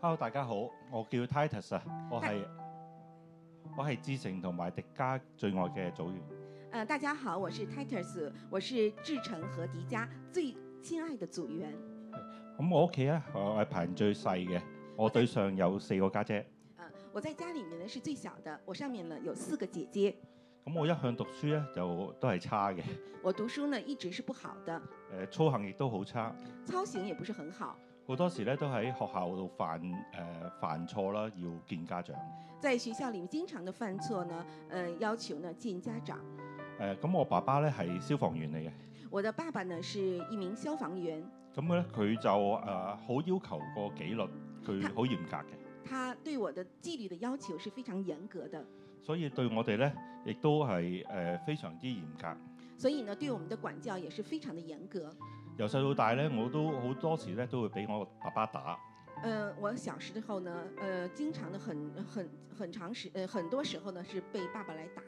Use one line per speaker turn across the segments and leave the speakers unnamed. Hello，大家好，我叫 Titus 啊，我係我係志成同埋迪加最愛嘅組員。
呃，大家好，我是 Titus，我是志成和迪迦最亲爱的组员。
咁我屋企咧，我係排最細嘅，我對上有四個家姐
呃，我在家里面呢是最小的，我上面呢有四个姐姐。
咁我一向讀書咧就都係差嘅，誒、呃
我讀書呢一直是不好的，
操行亦都好差，
操行也不是很好，
好多時咧都喺學校度犯誒、犯錯啦，要見家長。
在学校里面经常的犯错呢，呃，要求呢见家长。
誒、呃咁我爸爸咧係消防員嚟嘅，
我的爸爸呢是一名消防员，
咁咧佢就誒好、要求個紀律，佢好嚴格嘅。
他对我的纪律的要求是非常严格的，
所以對我哋咧，亦都係誒、非常之嚴格。
所以呢对我们的管教也是非常的严格。
由細到大咧，我都好多時咧都會俾我爸爸打。
呃，我小时候呢，呃，经常的很很很长时，呃，很多时候呢是被爸爸来打，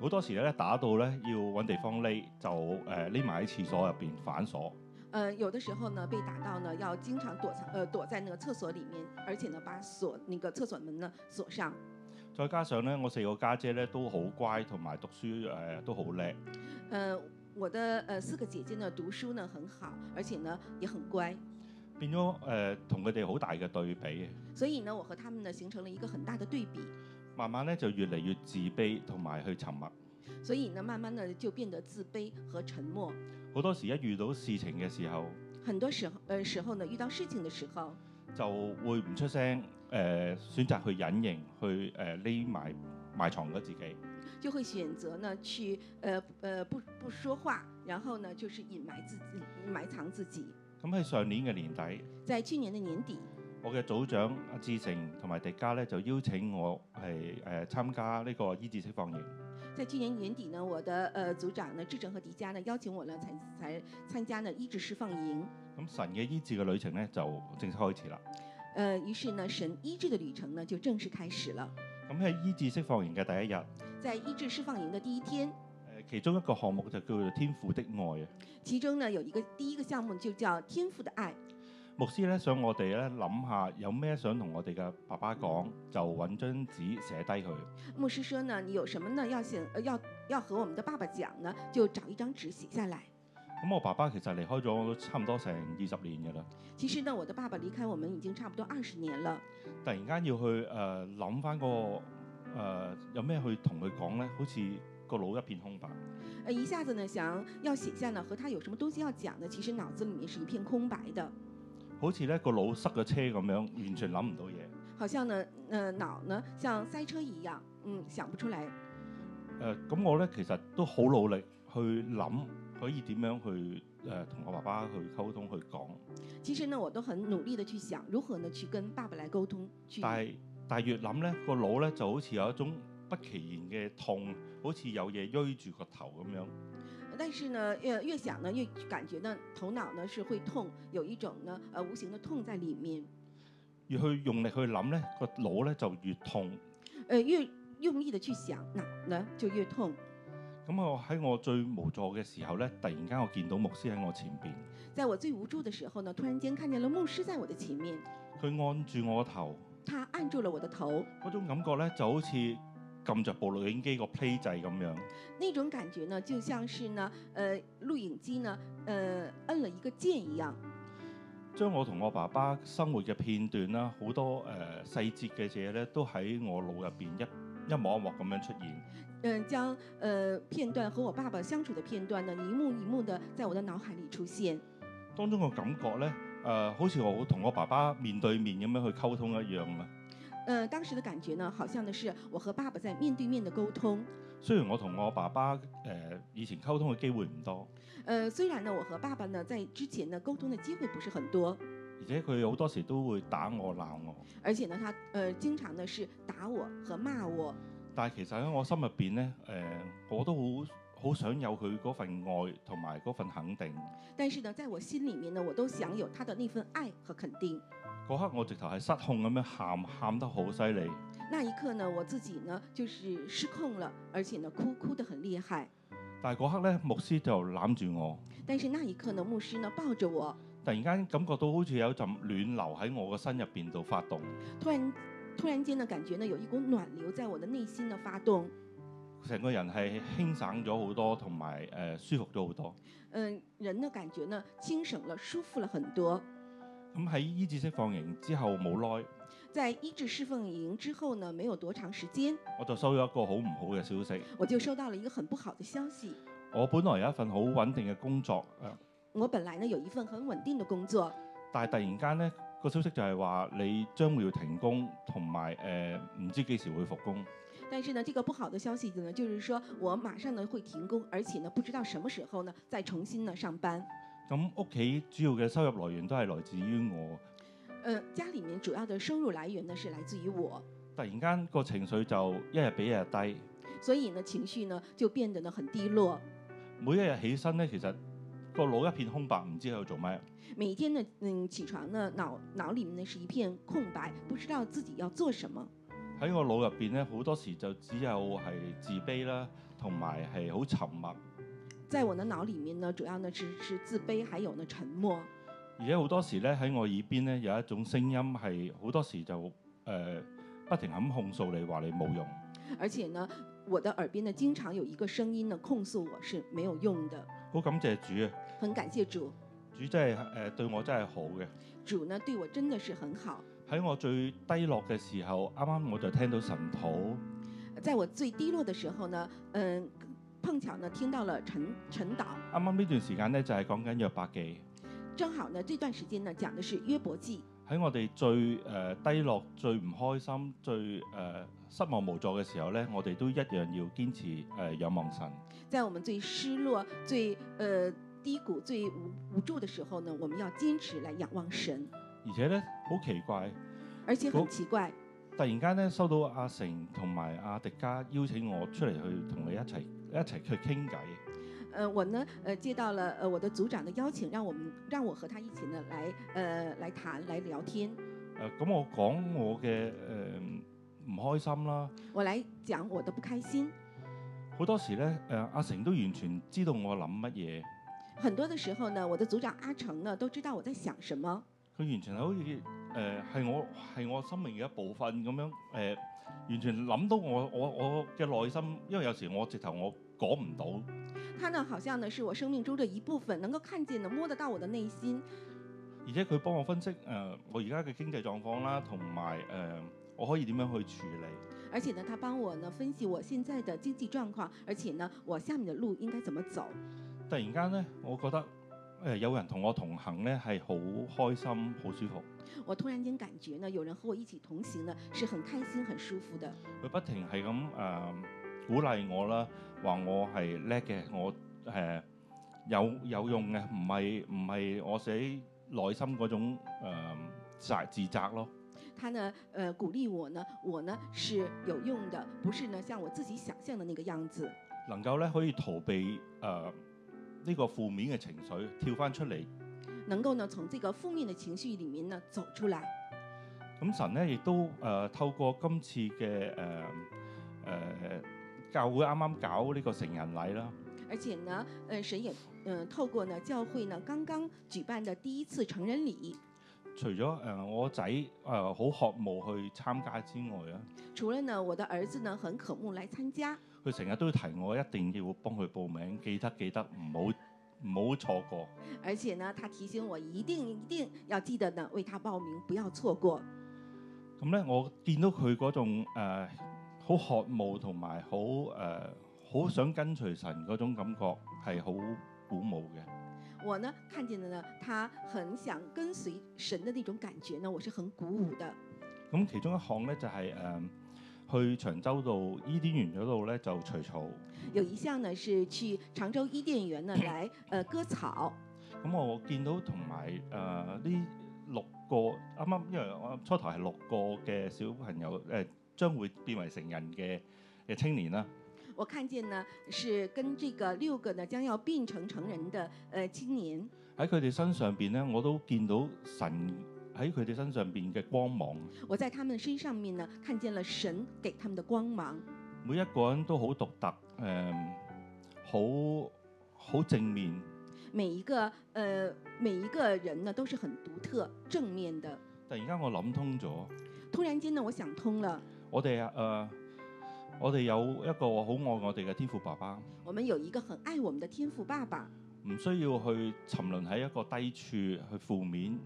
好多時咧打到咧要揾地方匿，就誒匿埋喺廁所入邊反鎖。
呃，有的时候呢被打到呢要经常躲藏，呃，躲在那个厕所里面，而且呢把锁那个厕所门呢锁上。
再加上咧，我四個家姐咧都好乖，同埋讀書誒、呃都好叻。
呃，我的呃四个姐姐呢读书呢很好，而且呢也很乖，
變咗誒同佢哋好大嘅對比，
所以呢我和她们呢形成了一个很大的对比，
慢慢咧就越嚟越自卑，同埋去沉默。
所以呢慢慢的就变得自卑和沉默。
好多時一遇到事情嘅時候，
很多时候，呃时候呢遇到事情的时候，
就會唔出聲，誒、呃選擇去隱形，去誒匿埋埋藏咗自己。
就会选择呢去呃呃不不说话，然后呢就是隐埋自己，埋藏自己。
咁喺上年嘅年底，
在去年的年底，
我嘅組長阿志成同埋迪嘉咧就邀請我係誒參加呢個醫治釋放營。
在去年年底呢，我的呃组长呢志成和迪迦呢邀请我呢才才参加呢医治释放营，
咁神嘅醫治嘅旅程咧就正式開始啦。
呃于是呢神医治的旅程呢就正式开始了。
咁喺醫治釋放營嘅第一日，誒、
在医治释放营的第一天，
其中一個項目就叫做天父的愛啊。
其中呢有一个第一个项目就叫天赋的爱。
牧師咧想我哋咧諗下有咩想同我哋嘅爸爸講，就揾張紙寫低佢。
牧师说呢，你有什么呢要想呃要要和我们的爸爸讲呢，就找一张纸写下来。
咁我爸爸其實離開咗我都差唔多成二十年嘅啦。
其实呢，我的爸爸离开我们已经差不多二十年了。
突然間要去誒諗翻個誒、呃有咩去同佢講咧，好似個腦一片空白。
呃，一下子呢想要写下呢和他有什么东西要讲呢，其实脑子里面是一片空白的，
好似咧個腦塞咗車咁樣，完全諗唔到嘢。誒、
好像呢呃脑呢像塞车一样，嗯，想不出来。
呃咁我咧其實都好努力去諗，可以點樣去誒同、我爸爸去溝通去講，
其实呢，我都很努力的去想如何呢去跟爸爸来沟通，去
但係但係越諗咧個腦咧就好似有一種不其然嘅痛，好似有嘢攥住個頭咁樣。
但是呢，越越想呢，越感觉呢，头脑呢是会痛，有一种呢，呃，无形的痛在里面。
越去用力去諗咧，個腦咧就越痛。
呃，越用力的去想，脑呢就越痛。
咁我喺我最無助嘅時候咧，突然間我見到牧師喺我前邊，
在我最无助的时候呢，突然间看见了牧师在我的前面，
佢按住我個頭，
他按住了我的头，
嗰種感覺咧就好似撳着部錄影機個 play 掣咁樣。
那种感觉呢，就像是呢，呃，录影机呢，呃，摁了一个键一样，
將我同我爸爸生活嘅片段啦，好多誒、呃、細節嘅嘢咧，都喺我腦入邊一一幕一幕咁樣出現。
嗯、将呃片段和我爸爸相处的片段呢，一幕一幕的在我的脑海里出现。
當中個感覺咧，誒、呃好似我同我爸爸面對面咁樣去溝通一樣啊。
呃，当时的感觉呢，好像呢是我和爸爸在面对面的沟通。
雖然我同我爸爸誒、呃以前溝通嘅機會唔多，
呃，虽然呢，我和爸爸呢在之前呢沟通的机会不是很多，
而且佢好多時都會打我鬧我，
而且呢，他呃经常呢是打我和骂我。
但係其實喺我心入邊咧，誒、呃我都好好想有佢嗰份愛同埋嗰份肯定。
但是呢，在我心里面呢，我都享有他的那份爱和肯定。
嗰刻我直頭係失控咁樣喊，喊得好犀利。
那一刻呢，我自己呢就是失控了，而且呢哭哭得很厉害。
但係嗰刻咧，牧師就攬住我，
但是那一刻呢，牧师呢抱着我，
突突然間感覺到好似有陣暖流喺我個身入邊度發動，
突然突然间呢，感觉呢有一股暖流在我的内心呢发动，
成個人係輕省咗好多，同埋誒舒服咗好多。
嗯，人呢感觉呢轻省了，舒服了很多。
咁喺醫治釋放營之後冇耐，
在医治侍奉营之后呢，没有多长时间，
我就收咗一個好唔好嘅消息。
我就收到了一个很不好的消息。
我本來有一份好穩定嘅工作，誒
我本来呢有一份很稳定的工作，
但係突然間呢個消息就係話你將會要停工，同埋誒唔知幾時會復工。
但是呢，这个不好的消息呢，就是说我马上呢会停工，而且呢不知道什么时候呢再重新呢上班。
咁屋企主要嘅收入來源都係來自於我。
呃，家里面主要的收入来源呢是来自于我，
突然間個情緒就一日比一日低，
所以呢情绪呢就變得呢很低落。
每一日起身呢，其實個腦一片空白，唔知喺度做咩。
每天呢，嗯，起床呢，脑脑里面呢是一片空白，不知道自己要做什么。
喺我腦入邊呢，好多時就只有係自卑啦，同埋係好沉默，
在我的脑里面呢，主要呢是是自卑，还有呢沉默，
而且好多時呢，喺我耳邊呢，有一種聲音係好多時就誒、呃不停咁控訴你話你冇用。
而且呢，我的耳边呢经常有一个声音呢控诉我是没有用的。
好感謝主啊！
很感谢主，
主真係誒對我真係好嘅。
主呢对我真的是很好。
喺我最低落嘅時候，啱啱我就聽到神土，
在我最低落的时候呢，嗯，碰巧呢听到了陈陈导，
啱啱呢段時間呢，就係講緊約伯記。
正好呢这段时间呢讲的是约伯记，
喺我哋最誒、呃低落、最唔開心、最誒、呃失望無助嘅時候呢，我哋都一樣要堅持誒、呃仰望神。
在我们最失落、最呃低谷、最无无助的时候呢，我们要坚持来仰望神。
而且呢，好奇怪，
而且很
好
奇怪，
突然間呢，收到阿成同埋阿迪加邀請我出嚟去同你一齊一齊去傾偈。
呃，我呢，呃，接到了呃我的组长的邀请，让我们让我和他一起呢来呃来谈来聊天，
誒、呃咁我講我嘅誒呃唔開心啦，
我来讲我的不开心。
好多時呢，誒、阿成都完全知道我諗乜嘢，
很多的时候呢，我的组长阿成呢都知道我在想什么，
佢完全係好似誒係我係我生命嘅一部分咁樣誒、呃完全諗到我我我嘅內心，因為有時我直頭我講唔到，
他呢好像呢是我生命中的一部分，能够看见的、摸得到我的内心，
而且佢幫我分析誒、呃我而家嘅經濟狀況啦，同埋誒我可以點樣去處理。
而且呢，他帮我呢分析我现在的经济状况，而且呢，我下面的路应该怎么走。
突然間呢，我覺得誒、呃有人同我同行呢係好開心、好舒服。
我突然间感觉呢，有人和我一起同行呢，是很开心、很舒服的。
佢不停係咁誒鼓勵我啦，話我係叻嘅，我誒、呃有有用嘅，唔係唔係我自己內心嗰種誒責、自責咯。
他呢，呃，鼓励我呢，我呢是有用的，不是呢像我自己想象的那个样子。
能夠咧可以逃避誒呢、個負面嘅情緒，跳翻出嚟。
能够呢从这个负面的情绪里面呢走出来。
咁神咧亦都誒、呃透過今次嘅誒誒教會啱啱搞呢個成人禮啦。
而且呢，呃，神也，嗯、透过呢教会呢刚刚举办的第一次成人礼，
除咗誒、呃我仔誒好渴慕去參加之外啊，
除了呢我的儿子呢很渴慕来参加，
佢成日都提我一定要幫佢報名，記得記得，唔好唔好錯過。
而且呢他提醒我一定一定要记得呢为他报名，不要错过。
咁咧，我見到佢嗰種呃好、渴慕同埋好誒好想跟隨神嗰種感覺係好鼓舞嘅。
我呢看见的呢他很想跟随神的那种感觉呢，我是很鼓舞的。
咁其中一項咧就係、呃去長洲度伊甸園嗰度咧就除草。
有一项呢是去常州伊甸园呢来呃割草，
咁我見到同埋誒呢六個啱啱，因為我初頭係六個嘅小朋友誒、呃，將會變為成人嘅嘅青年啦。
我看见呢是跟这个六个呢将要变成成人的呃青年，
喺佢哋身上邊咧，我都見到神喺佢哋身上邊嘅光芒。
我在他们身上面呢看见了神给他们的光芒，
每一個人都好獨特，誒、好好正面，
每一个呃每一个人呢都是很独特正面的。
突然間我諗通咗，
突然间呢，我想通了，
我哋誒、呃我哋有一個好愛我哋嘅天父爸爸，
我們有一个很爱我们的天赋爸爸，
唔需要去沉淪喺一個低處去負面。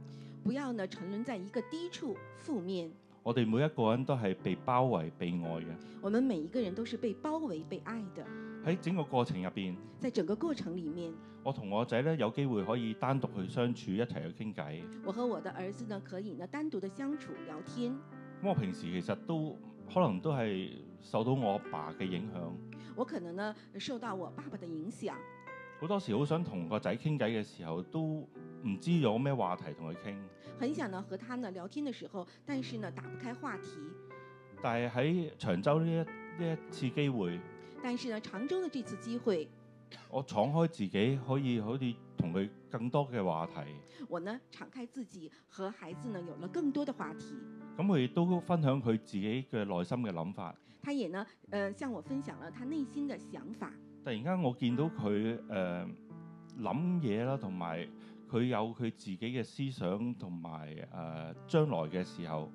不要呢沉沦在一个低处负面。
我哋每一個人都係被包圍、被愛嘅。
我们每一个人都是被包围、被爱的。
喺整個過程入邊，
在整个过程里面，
我同我仔咧有機會可以單獨去相處，一齊去傾偈。
我和我的儿子呢可以呢单独的相处聊天。
咁我平時其實都可能都係受到我阿爸嘅影響，
我可能呢受到我爸爸的影响，
好多時好想同個仔傾偈嘅時候，都唔知有咩話題同佢傾。
很想呢和他呢聊天的时候，但是呢打不开话题。
但係喺長洲呢一呢一次機會，
但是呢常州的这次机会，
我敞開自己，可以好似同佢更多嘅話題。
我呢敞开自己，和孩子呢有了更多的话题。
咁佢亦都分享佢自己嘅內心嘅諗法。
他也呢呃向我分享了他内心的想法。
突然間我見到佢誒諗嘢啦，同埋佢有佢自己嘅思想同埋誒將來嘅時候，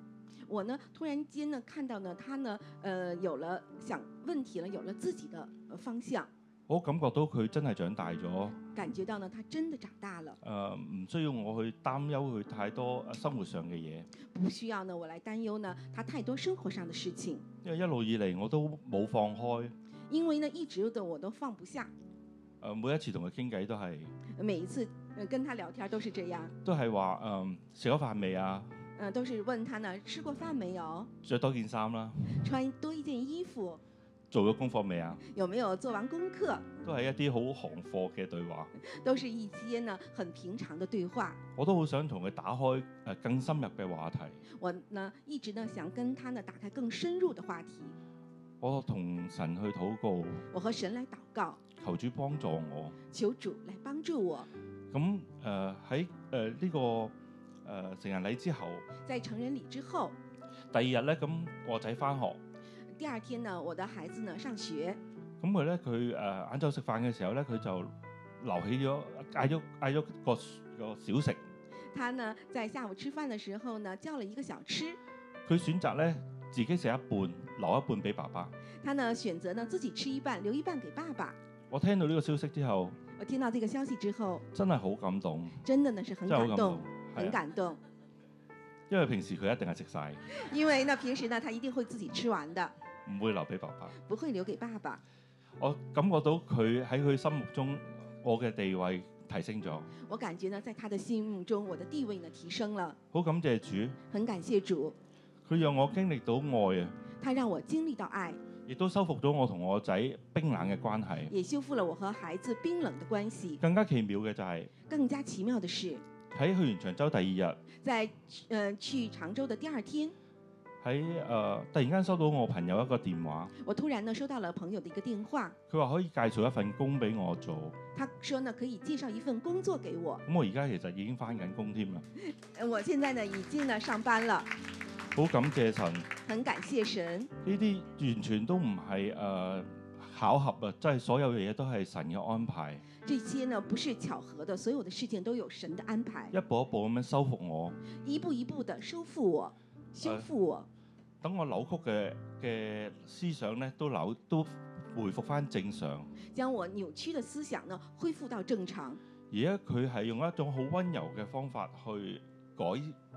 我呢突然间呢看到呢他呢呃有了想问题了，有了自己的呃方向，
我感覺到佢真係長大咗。誒、
感觉到呢他真的长大了，
唔需要我去擔憂佢太多呃生活上嘅嘢，
不需要呢我来担忧呢他太多生活上的事情，
因為一路以嚟我都冇放開。誒、
因为呢一直的我都放不下，
呃每一次同佢傾偈都係
每一次呃跟他聊天都是这样，
都係話誒食咗飯未啊？
呃都是问他呢吃过饭没有，
着多件衫啦，
穿多一件衣服，
做咗功課未啊？
有没有做完功课，
都係一啲好行貨嘅對話。
都是一些呢很平常的对话。
我都好想同佢打開誒、呃更深入嘅話題。
我呢一直呢想跟他呢打开更深入的话题，
我同神去禱告，
我和神来祷告，
求主幫助我。
求主来帮助我。
咁誒喺誒呢個誒、呃成人禮之後，
在成人礼之后，
第二日咧，咁我仔翻學，
第二天呢，我的孩子呢上学，
咁佢咧佢誒晏晝食飯嘅時候咧，佢就留起咗嗌咗嗌咗個個小食。
他呢在下午吃饭的时候呢叫了一个小吃，
佢選擇咧自己食一半，留一半俾爸爸。
他呢选择呢自己吃一半，留一半给爸爸。
我聽到呢個消息之後，
我听到这个消息之后，
真係好感動，
真的呢是很
真係好
感
感
动
動，，
很
係啊，
感动，
因為平時佢一定係食晒，
因为呢平时呢他一定会自己吃完的，
唔會留俾爸爸。
不会留给爸爸。
我感覺到佢喺佢心目中我嘅地位提升咗，
我感觉呢在他的心目中，我的地位呢提升了，
好感謝主，
很感谢主，
佢讓我經歷到愛啊，
他让我经历到爱，
亦都修復咗我同我仔冰冷嘅關係。
也修复了我和孩子冰冷的关系。
更加奇妙嘅就係
更加奇妙的是，
喺去完長洲第二日，
在呃去常州的第二天。
喺誒、呃突然間收到我朋友一個電話，
我突然呢收到了朋友的一个电话，
佢話可以介紹一份工俾我做，
他说呢可以介绍一份工作给我，
咁我而家其實已經翻緊工添啦，
呃我现在呢已经呢上班了，
好感謝神，呢
很感谢神，
啲完全都唔係誒巧合啊，即係所有嘢都係神嘅安排，
这些呢不是巧合的，所有的事情都有神的安排，
一步一步咁樣修復我。
一步一步的收复我，修复我，
等我扭曲嘅嘅思想咧，都扭都回復翻正常。
将我扭曲的思想呢恢复到正常。
而家佢係用一種好温柔嘅方法去改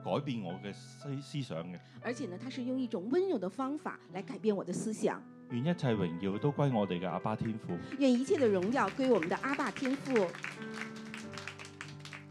改變我嘅思思想嘅，
而且呢，他是用一种温柔的方法来改变我的思想，
願一切榮耀都歸我哋嘅阿爸天父。
愿一切的荣耀归我们的阿爸天父。